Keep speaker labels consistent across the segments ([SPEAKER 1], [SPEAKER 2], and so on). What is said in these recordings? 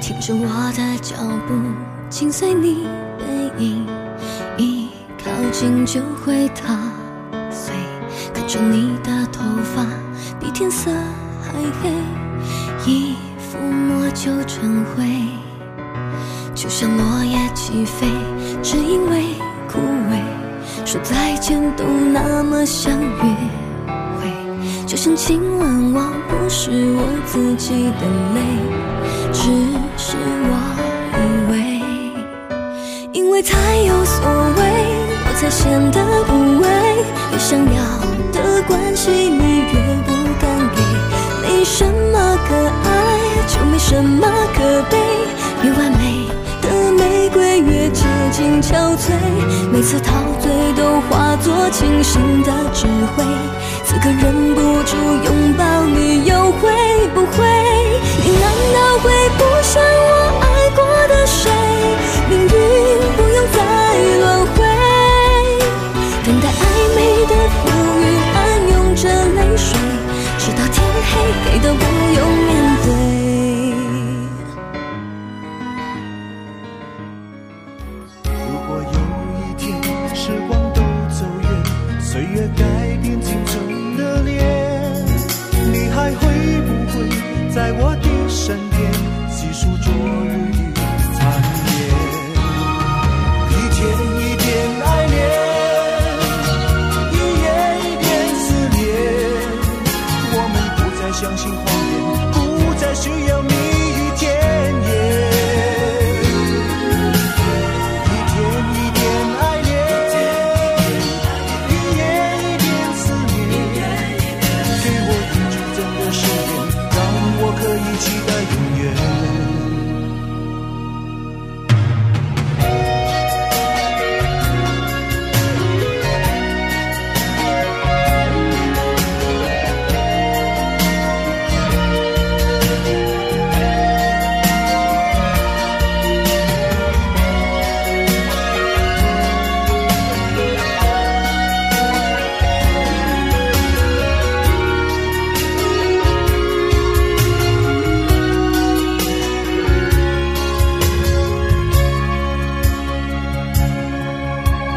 [SPEAKER 1] 停住我的脚步，紧随你背影，一靠近就会踏碎，看着你的头发比天色还黑，一抚摸就成灰，就像落叶起飞，只因为枯萎，说再见都那么像约会，就像亲吻我不是我自己的泪。只是我以为，因为太有所谓，我才显得无畏。越想要的关系，你越不敢给。没什么可爱，就没什么可悲。越完美的玫瑰，越接近憔悴。每次陶醉都化作清醒的智慧。此刻忍不住拥抱你，又会不会？你难道会不想我爱过的谁？命运不用再轮回，等待暧昧的浮云暗涌着泪水，直到天黑，黑到不用面对。
[SPEAKER 2] 如果有一天时光都走远，岁月改变青春的脸，你还会不会在我的身边细数昨日的残夜？一天一点爱恋，一夜一点思念。我们不再相信谎言，不再需要蜜语甜言。一天一点爱恋，一夜一点思念，给我一句真的誓言，让我可以期待永远。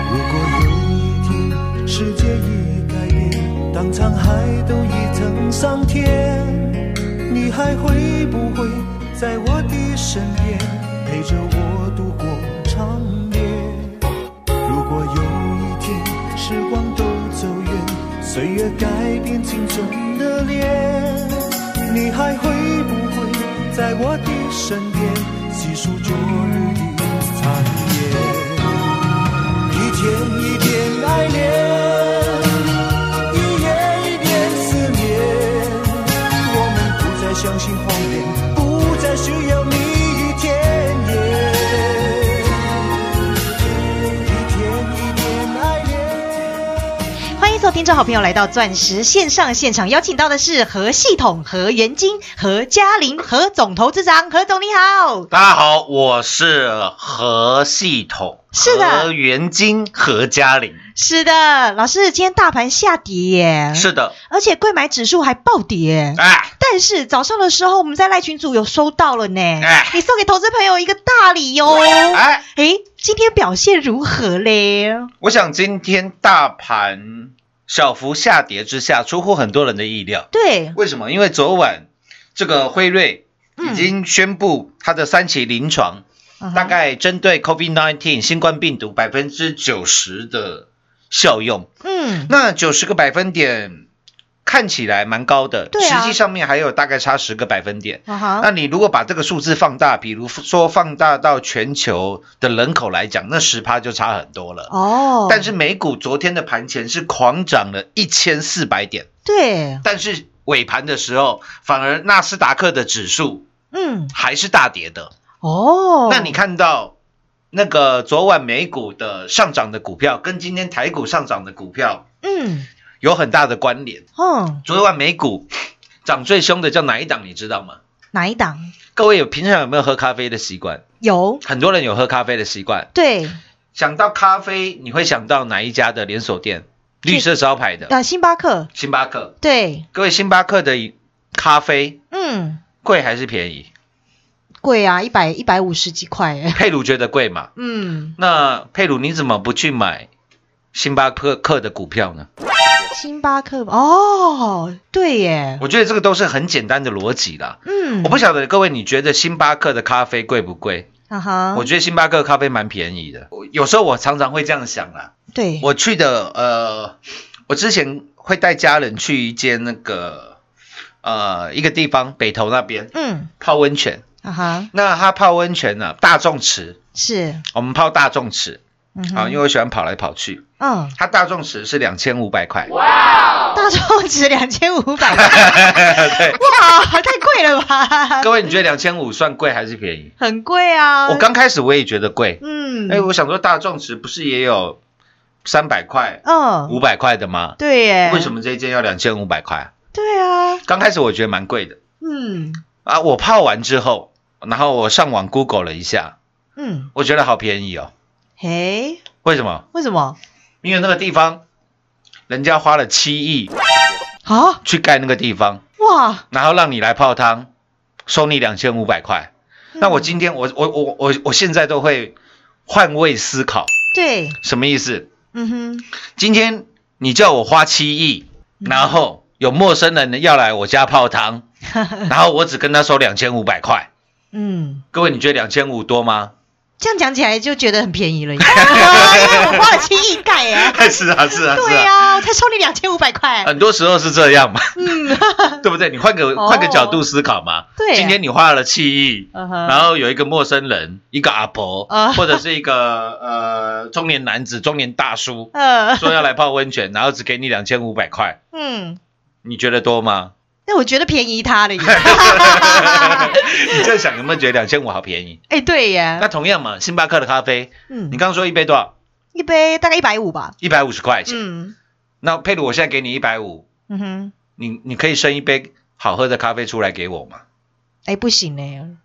[SPEAKER 2] 如果有一天世界已改变，当沧海都已成桑田，你还会不会在我的身边陪着我度过长夜？如果有一天时光都走远，岁月改变青春的脸，你还会不会在我的身边细数昨日的残夜？一天一点爱恋，一夜一点思念。我们不再相信谎言，不再需要蜜语甜言。一天一点爱恋。
[SPEAKER 3] 欢迎所有听众好朋友来到钻石线上现场，邀请到的是何系统、何元金、何嘉玲、何总投资长，何总你好。
[SPEAKER 4] 大家好，我是何系统，
[SPEAKER 3] 是的
[SPEAKER 4] 何元金，何嘉玲，
[SPEAKER 3] 是的，老师，今天大盘下跌耶，
[SPEAKER 4] 是的，
[SPEAKER 3] 而且贵买指数还暴跌。
[SPEAKER 4] 哎，
[SPEAKER 3] 但是早上的时候，我们在赖群组有收到了呢，
[SPEAKER 4] 哎
[SPEAKER 3] 你送给投资朋友一个大礼哟、
[SPEAKER 4] 哎，
[SPEAKER 3] 诶，今天表现如何嘞？
[SPEAKER 4] 我想今天大盘小幅下跌之下，出乎很多人的意料。
[SPEAKER 3] 对，
[SPEAKER 4] 为什么？因为昨晚这个辉瑞
[SPEAKER 3] 嗯
[SPEAKER 4] 已经宣布它的三期临床，
[SPEAKER 3] 嗯哼
[SPEAKER 4] 大概针对 COVID-19 新冠病毒百分之九十的效用。
[SPEAKER 3] 嗯，
[SPEAKER 4] 那九十个百分点，看起来蛮高的，
[SPEAKER 3] 对啊
[SPEAKER 4] 实际上面还有大概差十个百分点。
[SPEAKER 3] 啊哈
[SPEAKER 4] 那你如果把这个数字放大，比如说放大到全球的人口来讲，那十趴就差很多了。
[SPEAKER 3] 哦，
[SPEAKER 4] 但是美股昨天的盘前是狂涨了一千四百点，
[SPEAKER 3] 对，
[SPEAKER 4] 但是尾盘的时候反而纳斯达克的指数
[SPEAKER 3] 嗯，
[SPEAKER 4] 还是大跌的。
[SPEAKER 3] 哦，
[SPEAKER 4] 那你看到那个昨晚美股的上涨的股票，跟今天台股上涨的股票
[SPEAKER 3] 嗯，
[SPEAKER 4] 有很大的关联。
[SPEAKER 3] 哦，
[SPEAKER 4] 昨晚美股涨最凶的叫哪一档？你知道吗？
[SPEAKER 3] 哪一档
[SPEAKER 4] 各位有平常有没有喝咖啡的习惯？
[SPEAKER 3] 有？
[SPEAKER 4] 很多人有喝咖啡的习惯，
[SPEAKER 3] 对，
[SPEAKER 4] 想到咖啡，你会想到哪一家的连锁店？绿色招牌的
[SPEAKER 3] 啊，星巴克，
[SPEAKER 4] 星巴克。
[SPEAKER 3] 对，
[SPEAKER 4] 各位，星巴克的咖啡
[SPEAKER 3] 嗯，
[SPEAKER 4] 贵还是便宜？
[SPEAKER 3] 贵啊，一百一百五十几块耶，
[SPEAKER 4] 佩鲁觉得贵嘛？
[SPEAKER 3] 嗯，
[SPEAKER 4] 那佩鲁你怎么不去买星巴克克的股票呢？
[SPEAKER 3] 星巴克，哦，对耶，
[SPEAKER 4] 我觉得这个都是很简单的逻辑啦。
[SPEAKER 3] 嗯，
[SPEAKER 4] 我不晓得各位，你觉得星巴克的咖啡贵不贵？
[SPEAKER 3] 啊哈，
[SPEAKER 4] 我觉得星巴克咖啡蛮便宜的。我有时候我常常会这样想啦。
[SPEAKER 3] 对，
[SPEAKER 4] 我去的呃，我之前会带家人去一间那个呃一个地方，北投那边
[SPEAKER 3] 嗯，
[SPEAKER 4] 泡温泉。
[SPEAKER 3] 啊哈，
[SPEAKER 4] 那他泡温泉呢、大众池，
[SPEAKER 3] 是，
[SPEAKER 4] 我们泡大众池
[SPEAKER 3] 嗯
[SPEAKER 4] 啊，
[SPEAKER 3] 哼，
[SPEAKER 4] 因为我喜欢跑来跑去。
[SPEAKER 3] 嗯，
[SPEAKER 4] 它大众池是两千五百块，
[SPEAKER 3] 大众值两千五百，哇，太贵了吧？
[SPEAKER 4] 各位你觉得两千五算贵还是便宜？
[SPEAKER 3] 很贵啊，
[SPEAKER 4] 我，刚开始我也觉得贵，
[SPEAKER 3] 嗯，
[SPEAKER 4] 哎，我想说大众池不是也有三百块、
[SPEAKER 3] 嗯，
[SPEAKER 4] 五百块的吗？
[SPEAKER 3] 对耶，
[SPEAKER 4] 为什？么这一间要两千五百块啊？
[SPEAKER 3] 对啊，
[SPEAKER 4] 刚开始我觉得蛮贵的
[SPEAKER 3] 嗯
[SPEAKER 4] 啊，我泡完之后，然后我上网 Google 了一下，
[SPEAKER 3] 嗯，
[SPEAKER 4] 我觉得好便宜哦。
[SPEAKER 3] 嘿，
[SPEAKER 4] 为什么？
[SPEAKER 3] 为什么？
[SPEAKER 4] 因为那个地方，人家花了七亿
[SPEAKER 3] 啊，
[SPEAKER 4] 去盖那个地方，
[SPEAKER 3] 哇，
[SPEAKER 4] 然后让你来泡汤，收你两千五百块。
[SPEAKER 3] 嗯
[SPEAKER 4] 那我今天我我我我我现在都会换位思考，
[SPEAKER 3] 对，
[SPEAKER 4] 什么意思？
[SPEAKER 3] 嗯哼，
[SPEAKER 4] 今天你叫我花七亿，
[SPEAKER 3] 嗯
[SPEAKER 4] 然后有陌生人要来我家 泡汤，然后我只跟他收两千五百块。
[SPEAKER 3] 嗯，
[SPEAKER 4] 各位，你觉得两千五 多吗？
[SPEAKER 3] 这样讲起来就觉得很便宜了，因为我花了七亿盖耶。
[SPEAKER 4] 是啊，是啊，是
[SPEAKER 3] 对
[SPEAKER 4] 啊。
[SPEAKER 3] 呀、才收你两千五百块。
[SPEAKER 4] 很多时候是这样嘛，
[SPEAKER 3] 嗯，
[SPEAKER 4] 对不对？你换个
[SPEAKER 3] 哦
[SPEAKER 4] 换个角度思考嘛。
[SPEAKER 3] 对啊
[SPEAKER 4] 今天你花了七亿，
[SPEAKER 3] 嗯哼
[SPEAKER 4] 呃然后有一个陌生人，一个阿婆，
[SPEAKER 3] 啊
[SPEAKER 4] 或者是一个呃中年男子、中年大 叔，
[SPEAKER 3] 呃，
[SPEAKER 4] 说要来泡温泉，然后只给你两千五百块，
[SPEAKER 3] 嗯，
[SPEAKER 4] 你觉得多 吗？
[SPEAKER 3] 那我觉得便宜他了 耶。
[SPEAKER 4] 你这样想有没有觉得两千五好便宜？
[SPEAKER 3] 哎，对耶，
[SPEAKER 4] 那同样嘛，星巴克的咖啡，
[SPEAKER 3] 嗯
[SPEAKER 4] 你，刚刚说一杯多少？
[SPEAKER 3] 一杯大概一百五吧。
[SPEAKER 4] 一百五十块钱。
[SPEAKER 3] 嗯
[SPEAKER 4] 那佩鲁，我现在给你一百五，
[SPEAKER 3] 嗯哼，
[SPEAKER 4] 你你可以生一杯好喝的咖啡出来给我吗？
[SPEAKER 3] 哎，不行呢。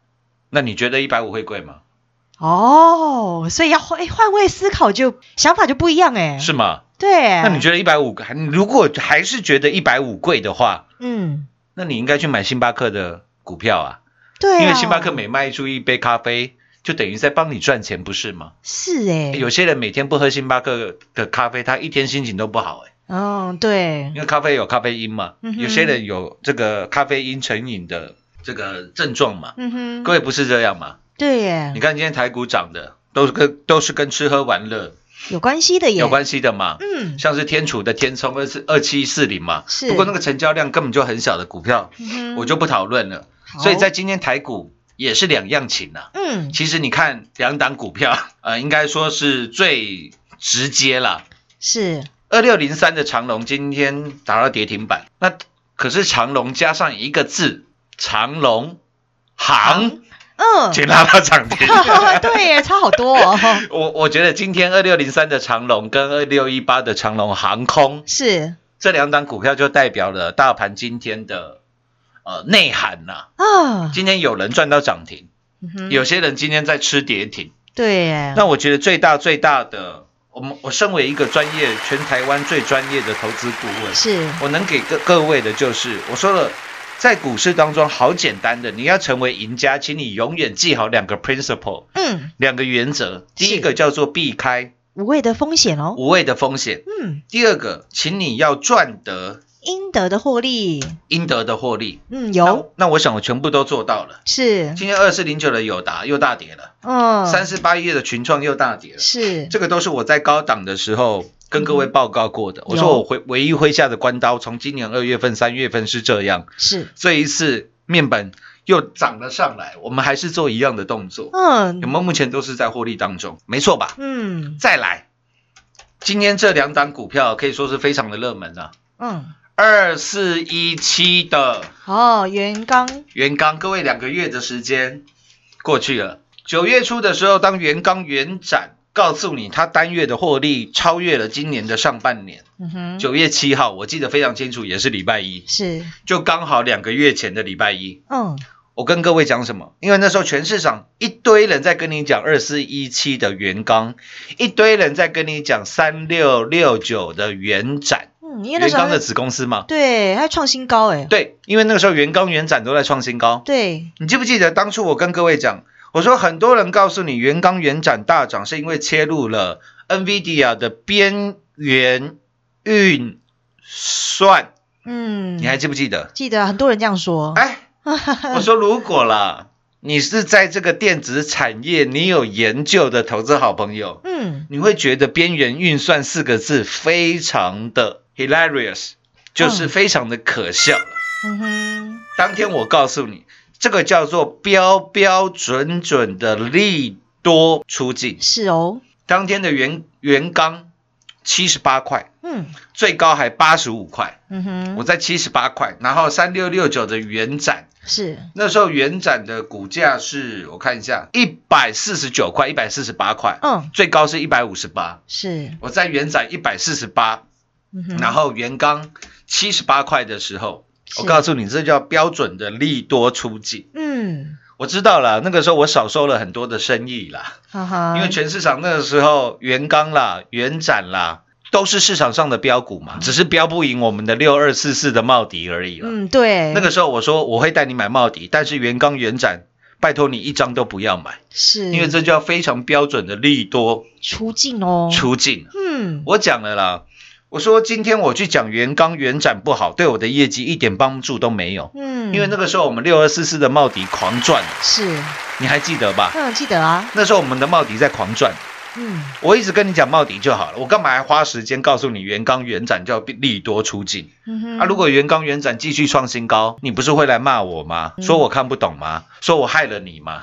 [SPEAKER 4] 那你觉得一百五会贵吗？
[SPEAKER 3] 哦，所以要换哎换位思考就，想法就不一样哎。
[SPEAKER 4] 是，吗？
[SPEAKER 3] 对。
[SPEAKER 4] 那你觉得一百五，你如果还是觉得一百五贵的话，
[SPEAKER 3] 嗯，
[SPEAKER 4] 那你应该去买星巴克的股票啊，
[SPEAKER 3] 对、啊，
[SPEAKER 4] 因为星巴克每卖出一杯咖啡，就等于在帮你赚钱，不是吗？
[SPEAKER 3] 是哎，
[SPEAKER 4] 有些人每天不喝星巴克的咖啡，他一天心情都不好哎、
[SPEAKER 3] 嗯，对
[SPEAKER 4] 因，为咖啡有咖啡因嘛，
[SPEAKER 3] 嗯哼
[SPEAKER 4] 有些人有这个咖啡因成瘾的这个症状嘛，
[SPEAKER 3] 嗯哼，
[SPEAKER 4] 各位不是这样嘛？
[SPEAKER 3] 对耶
[SPEAKER 4] 你，看今天台股涨的，都是跟都是跟吃喝玩乐
[SPEAKER 3] 有关系的耶，
[SPEAKER 4] 有，关系的嘛，
[SPEAKER 3] 嗯
[SPEAKER 4] 像是天楚的天聪二四二七四零嘛，
[SPEAKER 3] 是
[SPEAKER 4] 不过那个成交量根本就很小的股票，
[SPEAKER 3] 嗯哼，
[SPEAKER 4] 我就不讨论了。
[SPEAKER 3] 好
[SPEAKER 4] 所以在今天台股也是两样情啊。
[SPEAKER 3] 嗯
[SPEAKER 4] 其实你看两档股票，呃，应该说是最直接啦。
[SPEAKER 3] 是，
[SPEAKER 4] 二六零三的长隆今天达到跌停板，那可是长隆加上一个字长隆行，
[SPEAKER 3] 嗯，
[SPEAKER 4] 请拉到涨停。
[SPEAKER 3] 对耶，差好多 哦，
[SPEAKER 4] 我我觉得今天二六零三的长隆跟二六一八的长隆航空
[SPEAKER 3] 是
[SPEAKER 4] 这两档股票就代表了大盘今天的呃内涵呐、
[SPEAKER 3] 啊，
[SPEAKER 4] 今天有人赚到涨停，
[SPEAKER 3] 嗯哼
[SPEAKER 4] 有些人今天在吃跌停。
[SPEAKER 3] 对耶，
[SPEAKER 4] 那我觉得最大最大的，我们我身为一个专业全台湾最专业的投资顾问，
[SPEAKER 3] 是，
[SPEAKER 4] 我能给各各位的就是，我说了，在股市当中好简单的，你要成为赢家，请你永远记好两个 principle，
[SPEAKER 3] 嗯，
[SPEAKER 4] 两个原则。
[SPEAKER 3] 是
[SPEAKER 4] 第一个叫做避开
[SPEAKER 3] 无谓的风险哦，
[SPEAKER 4] 无谓的风险，
[SPEAKER 3] 嗯，
[SPEAKER 4] 第二个，请你要赚得
[SPEAKER 3] 应得的获利，
[SPEAKER 4] 应得的获利。
[SPEAKER 3] 嗯，有
[SPEAKER 4] 那，那我想我全部都做到了。
[SPEAKER 3] 是，
[SPEAKER 4] 今天二四零九的友达又大跌了，
[SPEAKER 3] 嗯，
[SPEAKER 4] 三四八一的群创又大跌了，
[SPEAKER 3] 是，
[SPEAKER 4] 这个都是我在高档的时候跟各位报告过
[SPEAKER 3] 嗯
[SPEAKER 4] 的。我说我回唯一麾下的关刀，从今年二月份、三月份是这样，
[SPEAKER 3] 是，
[SPEAKER 4] 这一次面板又涨了上来，我们还是做一样的动作，
[SPEAKER 3] 嗯
[SPEAKER 4] 有没有？目前都是在获利当中，没错吧？
[SPEAKER 3] 嗯
[SPEAKER 4] 再来，今天这两档股票可以说是非常的热门啊，
[SPEAKER 3] 嗯，
[SPEAKER 4] 二四一七的
[SPEAKER 3] 哦，元刚，
[SPEAKER 4] 元刚，各位两个月的时间过去了，九月初的时候，当元刚元展告诉你它单月的获利超越了今年的上半年，
[SPEAKER 3] 嗯哼，
[SPEAKER 4] 九月七号我记得非常清楚，也是礼拜一，
[SPEAKER 3] 是，
[SPEAKER 4] 就刚好两个月前的礼拜一。
[SPEAKER 3] 嗯，
[SPEAKER 4] 我跟各位讲什么？因为那时候全市场一堆人在跟你讲二四一七的元刚，一堆人在跟你讲三六六九的元展，
[SPEAKER 3] 嗯，因为那
[SPEAKER 4] 元
[SPEAKER 3] 时候
[SPEAKER 4] 刚的
[SPEAKER 3] 还
[SPEAKER 4] 子公司嘛。
[SPEAKER 3] 对，还创新高哎，
[SPEAKER 4] 对，因为那个时候元刚、元展都在创新高。
[SPEAKER 3] 对，
[SPEAKER 4] 你记不记得当初我跟各位讲，我说很多人告诉你元刚、元展大涨是因为切入了 NVIDIA 的边缘运算，
[SPEAKER 3] 嗯，
[SPEAKER 4] 你还记不记得？
[SPEAKER 3] 记得很多人这样说，
[SPEAKER 4] 哎，我说如果啦，你是在这个电子产业你有研究的投资好朋友，
[SPEAKER 3] 嗯，
[SPEAKER 4] 你会觉得“边缘运算”四个字非常的 hilarious，就是非常的可笑了。
[SPEAKER 3] 嗯哼，
[SPEAKER 4] 当天我告诉你，这个叫做标标准准的利多出境。
[SPEAKER 3] 是哦，
[SPEAKER 4] 当天的原原钢七十八块，
[SPEAKER 3] 嗯
[SPEAKER 4] 最高还八十五块，
[SPEAKER 3] 嗯
[SPEAKER 4] 我
[SPEAKER 3] 哼，
[SPEAKER 4] 在七十八块。然后三六六九的原展，
[SPEAKER 3] 是，
[SPEAKER 4] 那时候原展的股价是我看一下，一百四十九块，一百四十八块，
[SPEAKER 3] 嗯，
[SPEAKER 4] 最高是一百五十八。
[SPEAKER 3] 是，
[SPEAKER 4] 我在原展一百四十八，
[SPEAKER 3] 嗯哼，
[SPEAKER 4] 然后原钢七十八块的时候，我
[SPEAKER 3] 是
[SPEAKER 4] 告诉你，这叫标准的利多出境。
[SPEAKER 3] 嗯，
[SPEAKER 4] 我知道了，那个时候我少收了很多的生意啦，
[SPEAKER 3] 哈哈，
[SPEAKER 4] 因为全市场那个时候元刚啦、元展啦，都是市场上的标股嘛，只是标不赢我们的六二四四的茂迪而已了。
[SPEAKER 3] 嗯嗯，对，
[SPEAKER 4] 那个时候我说我会带你买茂迪，但是元刚、元展，拜托你一张都不要买，
[SPEAKER 3] 是
[SPEAKER 4] 因为这叫非常标准的利多
[SPEAKER 3] 出境哦，
[SPEAKER 4] 出尽。
[SPEAKER 3] 嗯，
[SPEAKER 4] 我讲了啦，我说今天我去讲元刚、元展不好，对我的业绩一点帮助都没有，
[SPEAKER 3] 嗯，
[SPEAKER 4] 因为那个时候我们六二四四的茂迪狂赚，
[SPEAKER 3] 是，
[SPEAKER 4] 你还记得吧？
[SPEAKER 3] 嗯，记得啊，
[SPEAKER 4] 那时候我们的茂迪在狂赚，
[SPEAKER 3] 嗯，
[SPEAKER 4] 我一直跟你讲茂迪就好了，我干嘛还花时间告诉你原刚原展叫利多出尽
[SPEAKER 3] 嗯哼，
[SPEAKER 4] 啊？如果原刚原展继续创新高，你不是会来骂我吗？
[SPEAKER 3] 嗯
[SPEAKER 4] 说我看不懂吗？说我害了你吗？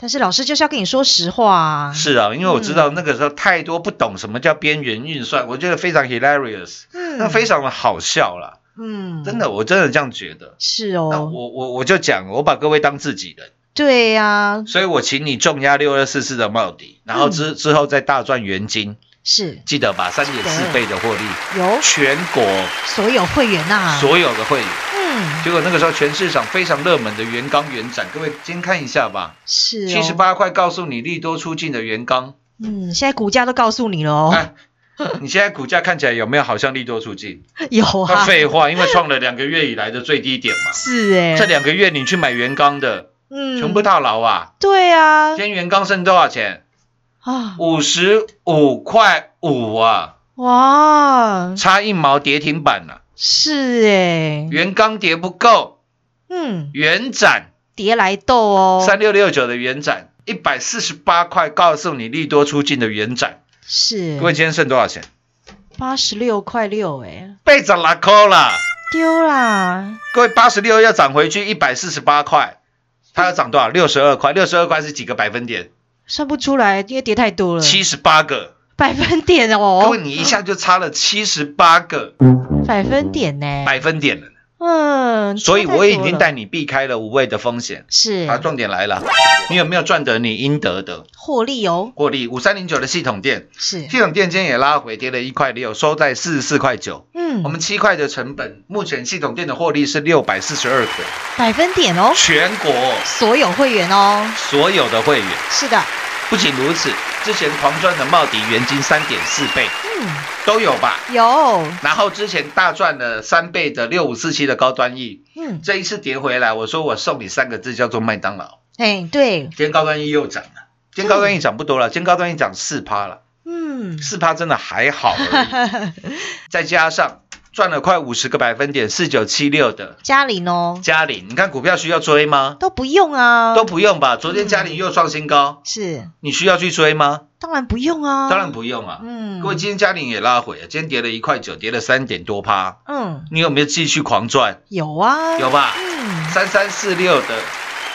[SPEAKER 3] 但是老师就是要跟你说实话啊，
[SPEAKER 4] 是啊，因为我知道那个时候太多不懂什么叫边缘运算，我觉得非常 hilarious，
[SPEAKER 3] 嗯，
[SPEAKER 4] 那非常的好笑啦，
[SPEAKER 3] 嗯，
[SPEAKER 4] 真的，我真的这样觉得。
[SPEAKER 3] 是
[SPEAKER 4] 那
[SPEAKER 3] 哦，
[SPEAKER 4] 我我我就讲，我把各位当自己人，
[SPEAKER 3] 对呀，
[SPEAKER 4] 所以我请你重压六二四四的茂迪，然后
[SPEAKER 3] 嗯
[SPEAKER 4] 之之后再大赚元金。
[SPEAKER 3] 是
[SPEAKER 4] 记得吧，三点四倍的获利，
[SPEAKER 3] 有
[SPEAKER 4] 全国
[SPEAKER 3] 所有会员呐，
[SPEAKER 4] 所有的会员。
[SPEAKER 3] 嗯，
[SPEAKER 4] 结果那个时候全市场非常热门的元刚元展，各位先看一下吧，
[SPEAKER 3] 是
[SPEAKER 4] 七十
[SPEAKER 3] 哦，
[SPEAKER 4] 八块告诉你利多出尽的元刚，
[SPEAKER 3] 嗯，现在股价都告诉你了哦，
[SPEAKER 4] 哎， 你现在股价看起来有没有好像利多出尽？
[SPEAKER 3] 有
[SPEAKER 4] 那
[SPEAKER 3] 啊，
[SPEAKER 4] 废话，因为创了两个月以来的最低点 嘛。
[SPEAKER 3] 是哎，
[SPEAKER 4] 这两个月你去买元刚的，
[SPEAKER 3] 嗯，
[SPEAKER 4] 全部套牢啊！
[SPEAKER 3] 对啊
[SPEAKER 4] 今，天元刚剩多少钱？
[SPEAKER 3] 啊，
[SPEAKER 4] 五十五块五啊，
[SPEAKER 3] 哇，
[SPEAKER 4] 差一毛跌停板了、
[SPEAKER 3] 是哎，
[SPEAKER 4] 元刚跌不够，
[SPEAKER 3] 嗯，
[SPEAKER 4] 元展
[SPEAKER 3] 叠来斗哦，
[SPEAKER 4] 三六六九的元展，一百四十八块，告诉你利多出尽的元展，
[SPEAKER 3] 是
[SPEAKER 4] 各位今天剩多少钱？
[SPEAKER 3] 八十六块六哎，
[SPEAKER 4] 被涨拉扣啦！
[SPEAKER 3] 丢啦，
[SPEAKER 4] 各位八十六要涨回去一百四十八块，它要涨多少？六十二块，六十二块是几个百分点？
[SPEAKER 3] 算不出来，因为叠太多了，
[SPEAKER 4] 七十八个。
[SPEAKER 3] 百分点
[SPEAKER 4] 各
[SPEAKER 3] 哦
[SPEAKER 4] 位，，你一下就差了七十八个
[SPEAKER 3] 百分点呢，
[SPEAKER 4] 百分点了，
[SPEAKER 3] 嗯，
[SPEAKER 4] 所以
[SPEAKER 3] 差太
[SPEAKER 4] 我已
[SPEAKER 3] 多
[SPEAKER 4] 经
[SPEAKER 3] 了
[SPEAKER 4] 带你避开了无谓的风险。
[SPEAKER 3] 是
[SPEAKER 4] 啊，重点来了，你有没有赚得你应得的
[SPEAKER 3] 获利哦，
[SPEAKER 4] 获利？五三零九的系统店，
[SPEAKER 3] 是，
[SPEAKER 4] 系统店今天也拉回，跌了一块六，收在四十四块九。
[SPEAKER 3] 嗯，
[SPEAKER 4] 我们七块的成本，目前系统店的获利是六百四十二个，
[SPEAKER 3] 百分点哦，
[SPEAKER 4] 全国
[SPEAKER 3] 所有会员哦，
[SPEAKER 4] 所有的会员。
[SPEAKER 3] 是的，
[SPEAKER 4] 不仅如此，之前狂赚的茂迪原金三点四倍
[SPEAKER 3] 嗯，
[SPEAKER 4] 都有吧？
[SPEAKER 3] 有，
[SPEAKER 4] 然后之前大赚了三倍的六五四七的高端 E，
[SPEAKER 3] 嗯，
[SPEAKER 4] 这一次跌回来，我说我送你三个字，叫做麦当劳。
[SPEAKER 3] 哎，对，
[SPEAKER 4] 今天高端 E 又涨了，今天高端 E 涨不多了，今天高端 E 涨四趴了，
[SPEAKER 3] 嗯，
[SPEAKER 4] 四趴真的还好而已再加上赚了快五十个百分点，四九七六的
[SPEAKER 3] 嘉玲哦，
[SPEAKER 4] 嘉玲，你看股票需要追吗？
[SPEAKER 3] 都不用啊，
[SPEAKER 4] 都不用吧。昨天
[SPEAKER 3] 嗯
[SPEAKER 4] 嘉玲又创新高，
[SPEAKER 3] 是，
[SPEAKER 4] 你需要去追吗？
[SPEAKER 3] 当然不用啊，
[SPEAKER 4] 当然，不用啊。
[SPEAKER 3] 嗯，
[SPEAKER 4] 各位，今天嘉玲也拉回，啊今天跌了一块九，跌了三点多趴，
[SPEAKER 3] 嗯，
[SPEAKER 4] 你有没有继续狂赚？
[SPEAKER 3] 有啊，
[SPEAKER 4] 有吧？
[SPEAKER 3] 嗯，
[SPEAKER 4] 三三四六的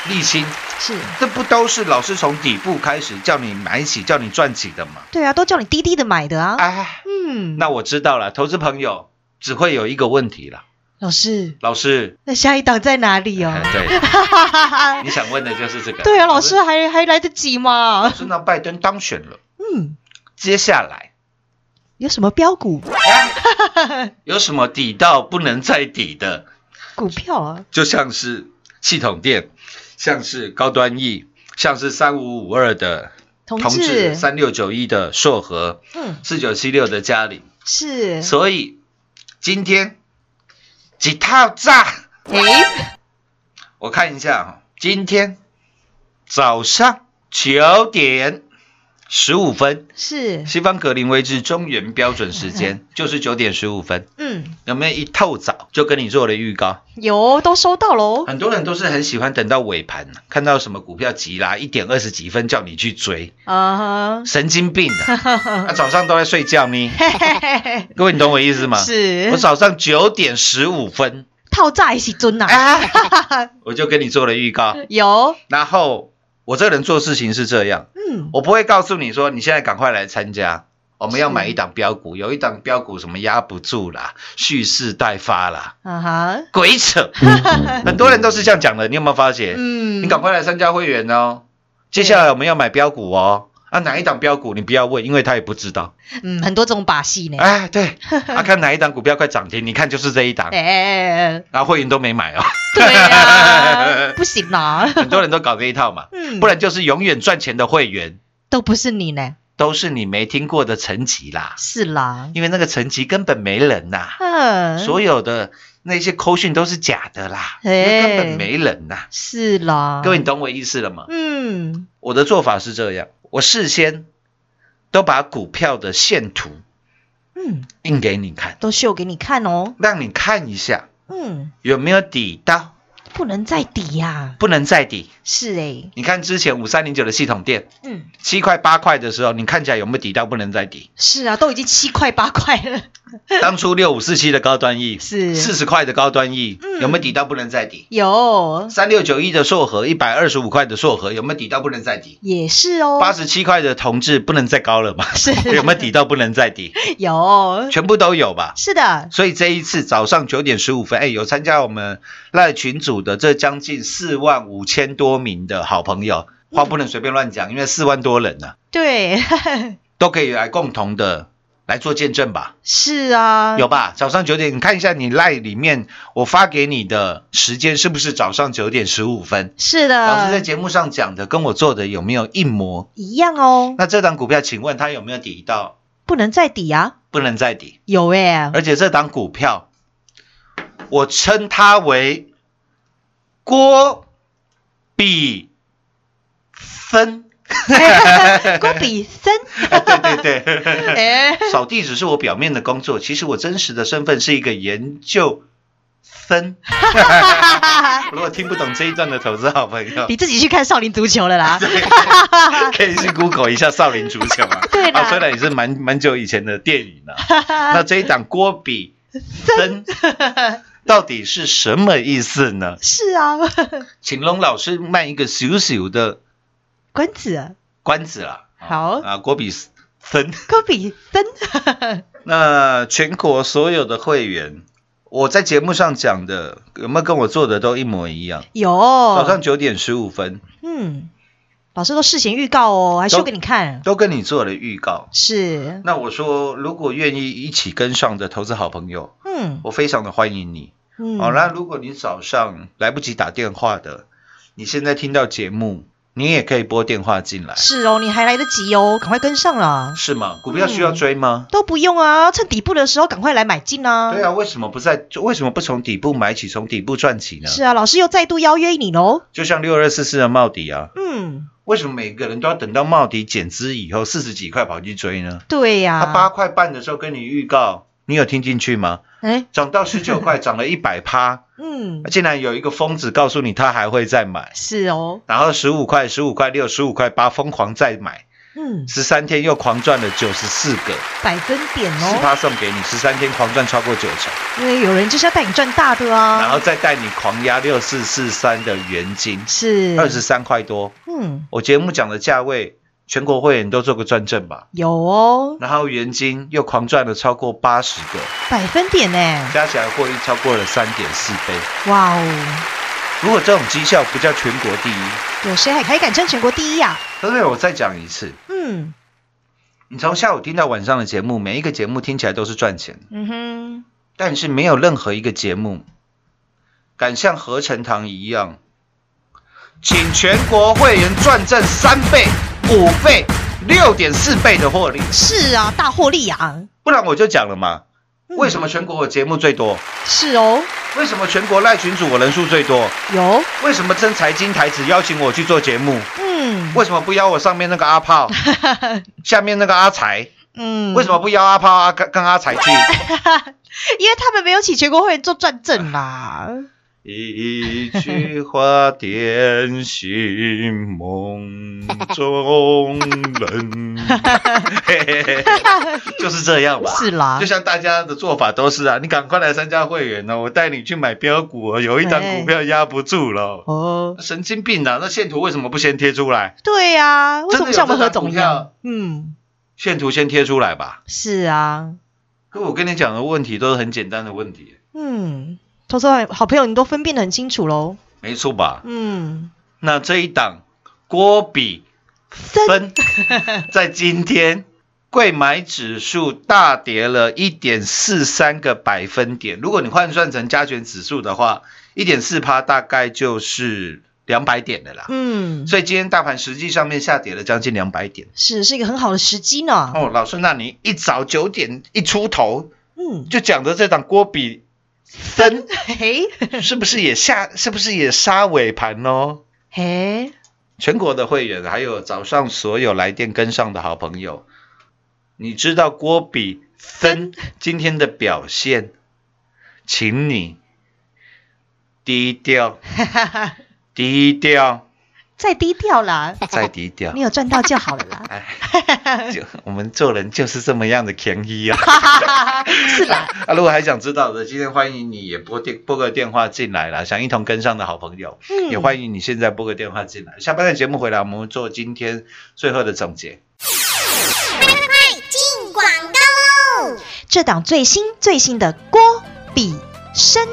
[SPEAKER 4] 沥青，
[SPEAKER 3] 是，
[SPEAKER 4] 这不都是老师从底部开始叫你买起，叫你赚起的吗？
[SPEAKER 3] 对啊，都叫你滴滴的买的啊，
[SPEAKER 4] 哎，
[SPEAKER 3] 嗯，
[SPEAKER 4] 那我知道了，投资朋友只会有一个问题了，
[SPEAKER 3] 老师，
[SPEAKER 4] 老师，
[SPEAKER 3] 那下一档在哪里 哦？
[SPEAKER 4] 对，
[SPEAKER 3] 哈哈哈哈
[SPEAKER 4] 你想问的就是这个。
[SPEAKER 3] 对啊，老师，还还来得及吗
[SPEAKER 4] 老？师，那拜登当选了，
[SPEAKER 3] 嗯，
[SPEAKER 4] 接下来、
[SPEAKER 3] 有什么标股
[SPEAKER 4] 哎有什么底到不能再底的？
[SPEAKER 3] 股票啊？
[SPEAKER 4] 就像是系统店，像是高端 E，像是三五五二的
[SPEAKER 3] 同
[SPEAKER 4] 志，
[SPEAKER 3] 志，
[SPEAKER 4] 三六九一的硕和，
[SPEAKER 3] 嗯，
[SPEAKER 4] 四九七六的嘉玲。
[SPEAKER 3] 是，
[SPEAKER 4] 所以今天几套炸，
[SPEAKER 3] 诶，
[SPEAKER 4] 我看一下哈，今天早上九点十五分，
[SPEAKER 3] 是，
[SPEAKER 4] 西方格林威治中原标准时间就是九点十五分，
[SPEAKER 3] 嗯，
[SPEAKER 4] 有没有一透早就跟你做了预告？
[SPEAKER 3] 有都收到喽，
[SPEAKER 4] 很多人都是很喜欢等到尾盘，看到什么股票急拉一点二十几分叫你去追，
[SPEAKER 3] 啊
[SPEAKER 4] 神经病的、啊，
[SPEAKER 3] 哈，
[SPEAKER 4] 早上都在睡觉呢。
[SPEAKER 3] 嘿嘿嘿嘿
[SPEAKER 4] 各位，你懂我意思吗？
[SPEAKER 3] 是
[SPEAKER 4] 我早上九点十五分，哎
[SPEAKER 3] 套炸一起尊呐，
[SPEAKER 4] 我就跟你做了预告。
[SPEAKER 3] 啊有，
[SPEAKER 4] 然后我这个人做事情是这样，
[SPEAKER 3] 嗯，
[SPEAKER 4] 我不会告诉你说你现在赶快来参加，我们要
[SPEAKER 3] 是
[SPEAKER 4] 买一档标股，有一档标股什么压不住啦，蓄势待发啦，
[SPEAKER 3] 啊哈，
[SPEAKER 4] 鬼 扯！很多人都是这样讲的，你有没有发觉？
[SPEAKER 3] 嗯，
[SPEAKER 4] 你赶快来参加会员哦。接下来我们要买标股哦。啊，哪一档标股你不要问，因为他也不知道。
[SPEAKER 3] 嗯，很多种把戏呢，
[SPEAKER 4] 哎， 对，啊，看哪一档股票快涨停，你看就是这一档，
[SPEAKER 3] 哎，
[SPEAKER 4] 然后会员都 没买哦。
[SPEAKER 3] 对 呀，不行啦，
[SPEAKER 4] 很多人都搞这一套嘛，
[SPEAKER 3] 嗯，
[SPEAKER 4] 不然就是永远赚钱的会员
[SPEAKER 3] 都不是你呢，
[SPEAKER 4] 都是你没听过的层级啦，
[SPEAKER 3] 是啦，
[SPEAKER 4] 因为那个层级根本没人呐，
[SPEAKER 3] 嗯，
[SPEAKER 4] 所有的那些扣讯都是假的啦，因
[SPEAKER 3] 哎
[SPEAKER 4] 为根本没人呐。
[SPEAKER 3] 是啦，
[SPEAKER 4] 各位，你懂我意思了吗？
[SPEAKER 3] 嗯，
[SPEAKER 4] 我的做法是这样，我事先都把股票的线图
[SPEAKER 3] 嗯，
[SPEAKER 4] 印给你看，
[SPEAKER 3] 都秀给你看哦，
[SPEAKER 4] 让你看一下
[SPEAKER 3] 嗯，
[SPEAKER 4] 有没有底到，
[SPEAKER 3] 不能再抵呀、
[SPEAKER 4] 不能再底。
[SPEAKER 3] 是哎，
[SPEAKER 4] 你看之前五三零九的系统店
[SPEAKER 3] 嗯，
[SPEAKER 4] 七块八块的时候，你看起来有没有底到不能 再底？
[SPEAKER 3] 是啊，都已经七块八块了，
[SPEAKER 4] 当初六五四七的高端 E
[SPEAKER 3] 是
[SPEAKER 4] 四十块的高端 E
[SPEAKER 3] 嗯
[SPEAKER 4] 有没有底到不能再底？
[SPEAKER 3] 有
[SPEAKER 4] 三六九一的硕和一百二十五块的硕和有没有底到不能再底？
[SPEAKER 3] 也是哦，
[SPEAKER 4] 八十七块的同志不能再高了吧？
[SPEAKER 3] 是
[SPEAKER 4] 有没有底到不能再底？
[SPEAKER 3] 有，
[SPEAKER 4] 全部都有吧？
[SPEAKER 3] 是的，
[SPEAKER 4] 所以这一次早上九点十五分，哎，有参加我们赖群组的这将近四万五千多名的好朋友，话不能随便乱讲，因为四万多人呢、啊
[SPEAKER 3] 对，
[SPEAKER 4] 都可以来共同的来做见证吧，
[SPEAKER 3] 是啊，
[SPEAKER 4] 有吧？早上九点，你看一下你赖里面我发给你的时间是不是早上九点十五分？
[SPEAKER 3] 是
[SPEAKER 4] 老师在
[SPEAKER 3] 的，
[SPEAKER 4] 节目上讲的跟我做的有没有一模？
[SPEAKER 3] 一样哦，
[SPEAKER 4] 那这档股票，请问它有没有底到
[SPEAKER 3] 不能再抵啊，
[SPEAKER 4] 不能再底？
[SPEAKER 3] 有哎，
[SPEAKER 4] 而且这档股票，我称它为郭比分，
[SPEAKER 3] 郭比 森，
[SPEAKER 4] 对对对，
[SPEAKER 3] 哎，
[SPEAKER 4] 扫地只是我表面的工作，其实我真实的身份是一个研究分。 如果听不懂这一段的投资好朋友，
[SPEAKER 3] 你自己去看少林足球了啦，
[SPEAKER 4] 可以去 Google 一下少林足球啊。
[SPEAKER 3] 对啦
[SPEAKER 4] 啊，虽然也是蛮蛮久以前的电影了、那这一档郭比森到底是什么意思呢？
[SPEAKER 3] 是啊，
[SPEAKER 4] 请龙老师卖一个小小的
[SPEAKER 3] 关子啊，
[SPEAKER 4] 关子啦。啊
[SPEAKER 3] 好
[SPEAKER 4] 啊，郭比森。
[SPEAKER 3] 郭比森，
[SPEAKER 4] 那全国所有的会员，我在节目上讲的有没有跟我做的都一模一样？
[SPEAKER 3] 有，
[SPEAKER 4] 早上九点十五分
[SPEAKER 3] 嗯，老师都事前预告哦，还秀给你看。
[SPEAKER 4] 都跟你做了预告。
[SPEAKER 3] 是，
[SPEAKER 4] 那我说，如果愿意一起跟上的投资好朋友，
[SPEAKER 3] 嗯
[SPEAKER 4] 我非常的欢迎你。
[SPEAKER 3] 嗯，
[SPEAKER 4] 好、那如果你早上来不及打电话的，你现在听到节目，你也可以拨电话进来，
[SPEAKER 3] 是哦，你还来得及哦，赶快跟上啦，
[SPEAKER 4] 是吗？股票需
[SPEAKER 3] 嗯
[SPEAKER 4] 要追吗？
[SPEAKER 3] 都不用啊，趁底部的时候赶快来买进啊。
[SPEAKER 4] 对啊，为什么不在？为什么不从底部买起，从底部赚起呢？
[SPEAKER 3] 是啊，老师又再度邀约你喽。
[SPEAKER 4] 就像六二四四的茂迪啊，
[SPEAKER 3] 嗯，
[SPEAKER 4] 为什么每个人都要等到茂迪减资以后四十几块跑去追呢？
[SPEAKER 3] 对呀、
[SPEAKER 4] 他八块半的时候跟你预告，你有听进去吗？
[SPEAKER 3] 哎，
[SPEAKER 4] 涨到十 九块，涨了一百趴，
[SPEAKER 3] 嗯，
[SPEAKER 4] 竟然有一个疯子告诉你他还会再买，
[SPEAKER 3] 是哦，
[SPEAKER 4] 然后十五块、十五块六、十五块八疯狂再买，
[SPEAKER 3] 嗯，
[SPEAKER 4] 十三天又狂赚了九十四个，
[SPEAKER 3] 百分点
[SPEAKER 4] 四
[SPEAKER 3] 哦，
[SPEAKER 4] 趴送给你，十三天狂赚超过九成，
[SPEAKER 3] 因为有人就是要带你赚大的
[SPEAKER 4] 然
[SPEAKER 3] 啊，
[SPEAKER 4] 后再带你狂压六四四三的原金，
[SPEAKER 3] 是
[SPEAKER 4] 二十，三块多。
[SPEAKER 3] 嗯，
[SPEAKER 4] 我节目讲的价位，全国会员都做个转正吧。
[SPEAKER 3] 有哦，
[SPEAKER 4] 然后原金又狂赚了超过八十个，
[SPEAKER 3] 百分点呢，
[SPEAKER 4] 加起来获利超过了三点四倍。
[SPEAKER 3] 哇哦，
[SPEAKER 4] 如果这种绩效不叫全国第一，
[SPEAKER 3] 有谁还还敢争全国第一呀？
[SPEAKER 4] 可是我再讲一次，
[SPEAKER 3] 嗯，
[SPEAKER 4] 你从下午听到晚上的节目，每一个节目听起来都是赚钱，
[SPEAKER 3] 嗯哼，
[SPEAKER 4] 但是没有任何一个节目敢像合成堂一样，请全国会员赚正三倍、五倍、六点四倍的获利。
[SPEAKER 3] 是啊，大获利啊，
[SPEAKER 4] 不然我就讲了嘛，
[SPEAKER 3] 嗯
[SPEAKER 4] 为什么全国我节目最多？
[SPEAKER 3] 是哦，
[SPEAKER 4] 为什么全国赖群主我人数最多？
[SPEAKER 3] 有，
[SPEAKER 4] 为什么真财经台只邀请我去做节目？
[SPEAKER 3] 嗯，
[SPEAKER 4] 为什么不邀我上面那个阿炮，下面那个阿财？
[SPEAKER 3] 嗯，
[SPEAKER 4] 为什么？不邀阿炮、阿跟跟阿财去？
[SPEAKER 3] 因为他们没有请全国会员做转正啦。
[SPEAKER 4] 一句话点醒梦中人，嘿嘿嘿就是这样吧。
[SPEAKER 3] 是啦
[SPEAKER 4] 就，像大家的做法都是啊，你赶快来参加会员哦呢、我带你去买标股哦，有一档
[SPEAKER 3] 哎
[SPEAKER 4] 股票压不住了，
[SPEAKER 3] 哦，
[SPEAKER 4] 神经病啊！那线图为什么不先贴出来？
[SPEAKER 3] 对呀、为什
[SPEAKER 4] 真的
[SPEAKER 3] 么
[SPEAKER 4] 有
[SPEAKER 3] 像我们
[SPEAKER 4] 这
[SPEAKER 3] 何
[SPEAKER 4] 张
[SPEAKER 3] 总一
[SPEAKER 4] 股票
[SPEAKER 3] 样？嗯，
[SPEAKER 4] 线图先贴出来吧。
[SPEAKER 3] 是啊，
[SPEAKER 4] 可我跟你讲的问题都是很简单的问题，
[SPEAKER 3] 嗯，投资好好朋友你都分辨得很清楚喽。
[SPEAKER 4] 没错吧？
[SPEAKER 3] 嗯，
[SPEAKER 4] 那这一档郭比分在今天贵买指数大跌了一点四三个百分点，如果你换算成加权指数的话，一点四趴大概就是两百点的啦。
[SPEAKER 3] 嗯，
[SPEAKER 4] 所以今天大盘实际上面下跌了将近两百点。
[SPEAKER 3] 是是一个很好的时机呢。
[SPEAKER 4] 哦，老师，那你一早九点一出头
[SPEAKER 3] 嗯，
[SPEAKER 4] 就讲的这档郭比分。
[SPEAKER 3] 嘿
[SPEAKER 4] 是不是也下？是不是也杀尾盘哦？
[SPEAKER 3] 嘿，
[SPEAKER 4] 全国的会员，还有早上所有来电跟上的好朋友，你知道郭比森今天的表现，请你低调，低调，
[SPEAKER 3] 再低调啦，
[SPEAKER 4] 再低调
[SPEAKER 3] 你。有赚到就好了啦。
[SPEAKER 4] 哎，就 我们做人就是这么样的便宜啊！
[SPEAKER 3] 是啦，
[SPEAKER 4] 啊，如果还想知道的，今天欢迎你也拨电拨个电话进来啦，想一同跟上的好朋友。
[SPEAKER 3] 嗯，
[SPEAKER 4] 也欢迎你现在拨个电话进来。下半段节目回来，我们做今天最后的总结。
[SPEAKER 5] 进广告喽！
[SPEAKER 3] 这档最新最新的郭比生。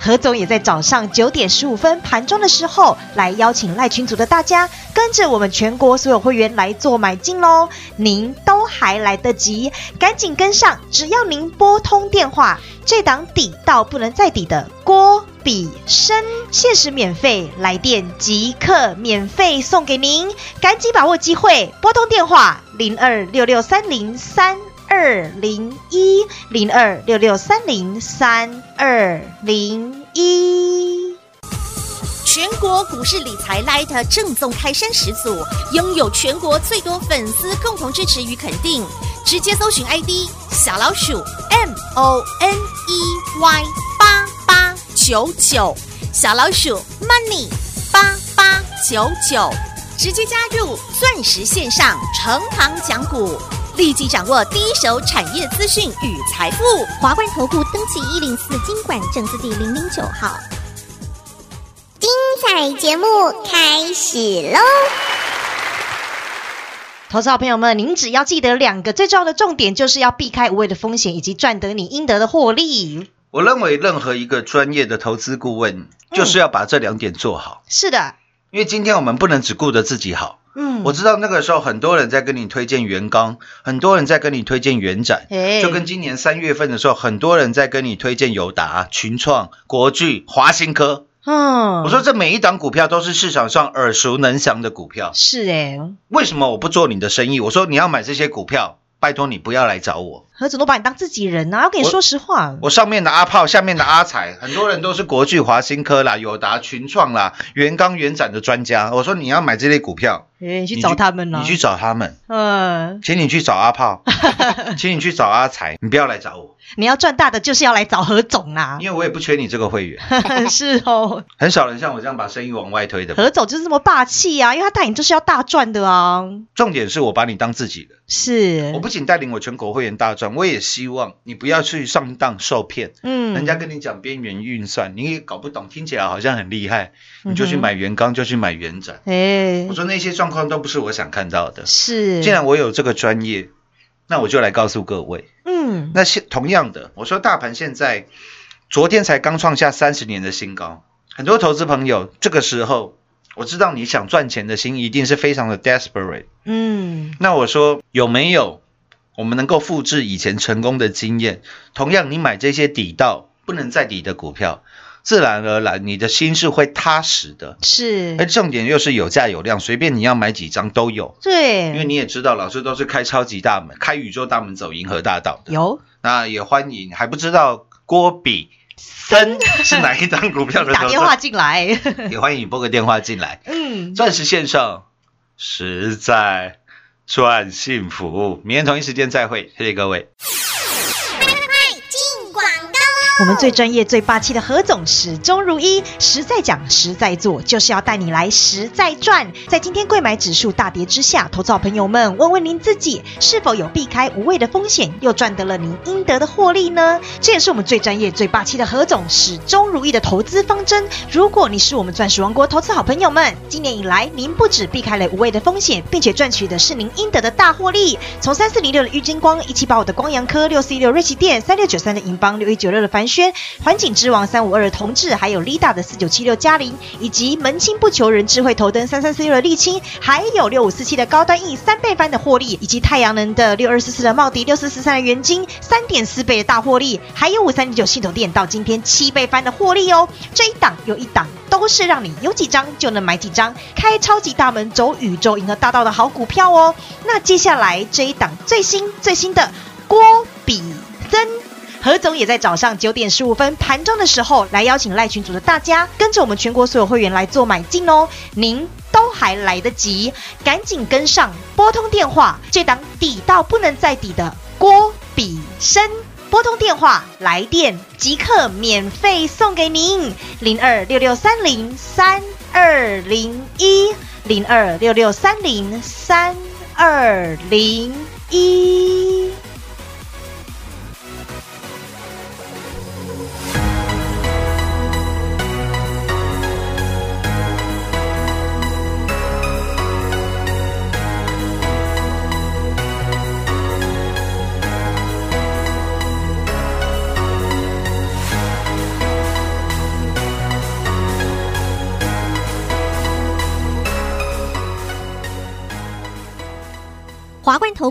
[SPEAKER 3] 何总也在早上九点十五分盘中的时候，来邀请赖群组的大家，跟着我们全国所有会员来做买进喽。您都还来得及，赶紧跟上！只要您拨通电话，这档底到不能再底的郭比生，限时免费来电，即刻免费送给您，赶紧把握机会，拨通电话零二六六三零三二零一零二六六三零三二零一。
[SPEAKER 5] 全国股市理财 Light 正宗开山始祖，拥有全国最多粉丝共同支持与肯定。直接搜寻 ID 小老鼠 M O N E Y 八八九九，小老鼠 Money 八八九九，直接加入钻石线上成堂讲股。立即掌握第一手产业资讯与财富。华冠投顾登记一零四经管证字第零零九号。精彩节目开始喽！
[SPEAKER 3] 投资好朋友们，您只要记得两个最重要的重点，就是要避开无谓的风险，以及赚得你应得的获利。
[SPEAKER 4] 我认为任何一个专业的投资顾问，
[SPEAKER 3] 嗯
[SPEAKER 4] 就是要把这两点做好。
[SPEAKER 3] 是的，
[SPEAKER 4] 因为今天我们不能只顾着自己好。
[SPEAKER 3] 嗯，
[SPEAKER 4] 我知道那个时候很多人在跟你推荐原钢，很多人在跟你推荐原展，
[SPEAKER 3] 哎
[SPEAKER 4] 就跟今年三月份的时候，很多人在跟你推荐友达、群创、国巨、华新科。
[SPEAKER 3] 嗯，
[SPEAKER 4] 我说这每一档股票都是市场上耳熟能详的股票，
[SPEAKER 3] 是哎、
[SPEAKER 4] 为什么我不做你的生意？我说你要买这些股票，拜托你不要来找我。
[SPEAKER 3] 何总都把你当自己人啊，要跟你
[SPEAKER 4] 我
[SPEAKER 3] 说实话。
[SPEAKER 4] 我上面的阿炮，下面的阿财，很多人都是国巨、华新科啦、友达、群创啦、元刚、元展的专家。我说你要买这类股票，
[SPEAKER 3] 哎，你去
[SPEAKER 4] 你
[SPEAKER 3] 找他们了。
[SPEAKER 4] 你去找他们，
[SPEAKER 3] 嗯，
[SPEAKER 4] 请你去找阿炮， 请你去找阿财，你不要来找我，
[SPEAKER 3] 你要赚大的就是要来找何总啦。
[SPEAKER 4] 因为我也不缺你这个会员。
[SPEAKER 3] 是哦，
[SPEAKER 4] 很少人像我这样把生意往外推的。
[SPEAKER 3] 何总就是这么霸气啊，因为他带你就是要大赚的啊。
[SPEAKER 4] 重点是我把你当自己人，我
[SPEAKER 3] 是，
[SPEAKER 4] 不仅带领我全国会员大赚，我也希望你不要去上当受骗。
[SPEAKER 3] 嗯
[SPEAKER 4] 人家跟你讲边缘运算，你也搞不懂，听起来好像很厉害，
[SPEAKER 3] 嗯哼
[SPEAKER 4] 你就去买元刚，就去买元展。
[SPEAKER 3] 哎
[SPEAKER 4] 我，说那些状况都不是我想看到的。
[SPEAKER 3] 是，
[SPEAKER 4] 既然我有这个专业，那我就来告诉各位。
[SPEAKER 3] 嗯，
[SPEAKER 4] 那现同样的，我说大盘现在昨天才刚创下三十年的新高，很多投资朋友这个时候，我知道你想赚钱的心一定是非常的 desperate。
[SPEAKER 3] 嗯，
[SPEAKER 4] 那我说有没有我们能够复制以前成功的经验？同样，你买这些底到不能再底的股票，自然而然你的心是会踏实的。而
[SPEAKER 3] 是，
[SPEAKER 4] 重点又是有价有量，随便你要买几张都有。因为
[SPEAKER 3] 对，
[SPEAKER 4] 你也知道，老师都是开超级大门、开宇宙大门走银河大道的。
[SPEAKER 3] 有
[SPEAKER 4] 那也欢迎还不知道郭比森是哪一张股票的
[SPEAKER 3] 打
[SPEAKER 4] 投
[SPEAKER 3] 电话
[SPEAKER 4] 资，
[SPEAKER 3] 进来，
[SPEAKER 4] 也欢迎你拨个电话进来。
[SPEAKER 3] 嗯，
[SPEAKER 4] 钻石线上实在赚幸福，明天同一时间再会，谢谢各位。
[SPEAKER 5] 进广告。
[SPEAKER 3] 我们最专业、最霸气的何总始终如一，实在讲、实在做，就是要带你来实在赚。在今天贵买指数大跌之下，投资好朋友们，问问您自己是否有避开无谓的风险，又赚得了您应得的获利呢？这也是我们最专业、最霸气的何总始终如一的投资方针。如果你是我们钻石王国投资好朋友们，今年以来您不止避开了无谓的风险，并且赚取的是您应得的大获利。从三四零六的玉金光，一七八五的光阳科，六四一六瑞奇电，三六九三的银邦，六一九六的凡轩，环境之王三五二的同志，还有 Lida 的四九七六嘉玲，以及门清不求人智慧头灯三三四六的沥青，还有六五四七的高端 E 三倍翻的获利，以及太阳能的六二四四的茂迪，六四四三的元金三点四倍的大获利，还有五三零九系统电到今天七倍翻的获利哦，这一档又一档。都是让你有几张就能买几张，开超级大门走宇宙银河大道的好股票哦。那接下来这一档最新最新的郭比森。何总也在早上九点十五分盘中的时候来邀请赖群组的大家，跟着我们全国所有会员来做买进哦，您都还来得及，赶紧跟上，拨通电话，这档底到不能再底的郭比森，拨通电话来电即刻免费送给您零二六六三零三二零一零二六六三零三二零一。
[SPEAKER 5] 华冠投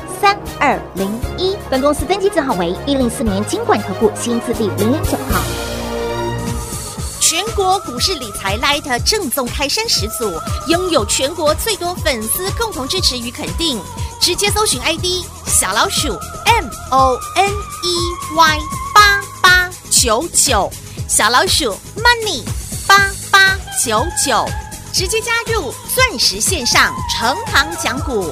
[SPEAKER 5] 三二零一。本公司登记字号为一零四年经管投顾新字第零零九号。全国股市理财 Light 正宗开山始祖，拥有全国最多粉丝共同支持与肯定。直接搜寻 ID 小老鼠 M O N E Y 八八九九，小老鼠 Money 八八九九，直接加入钻石线上成行讲股。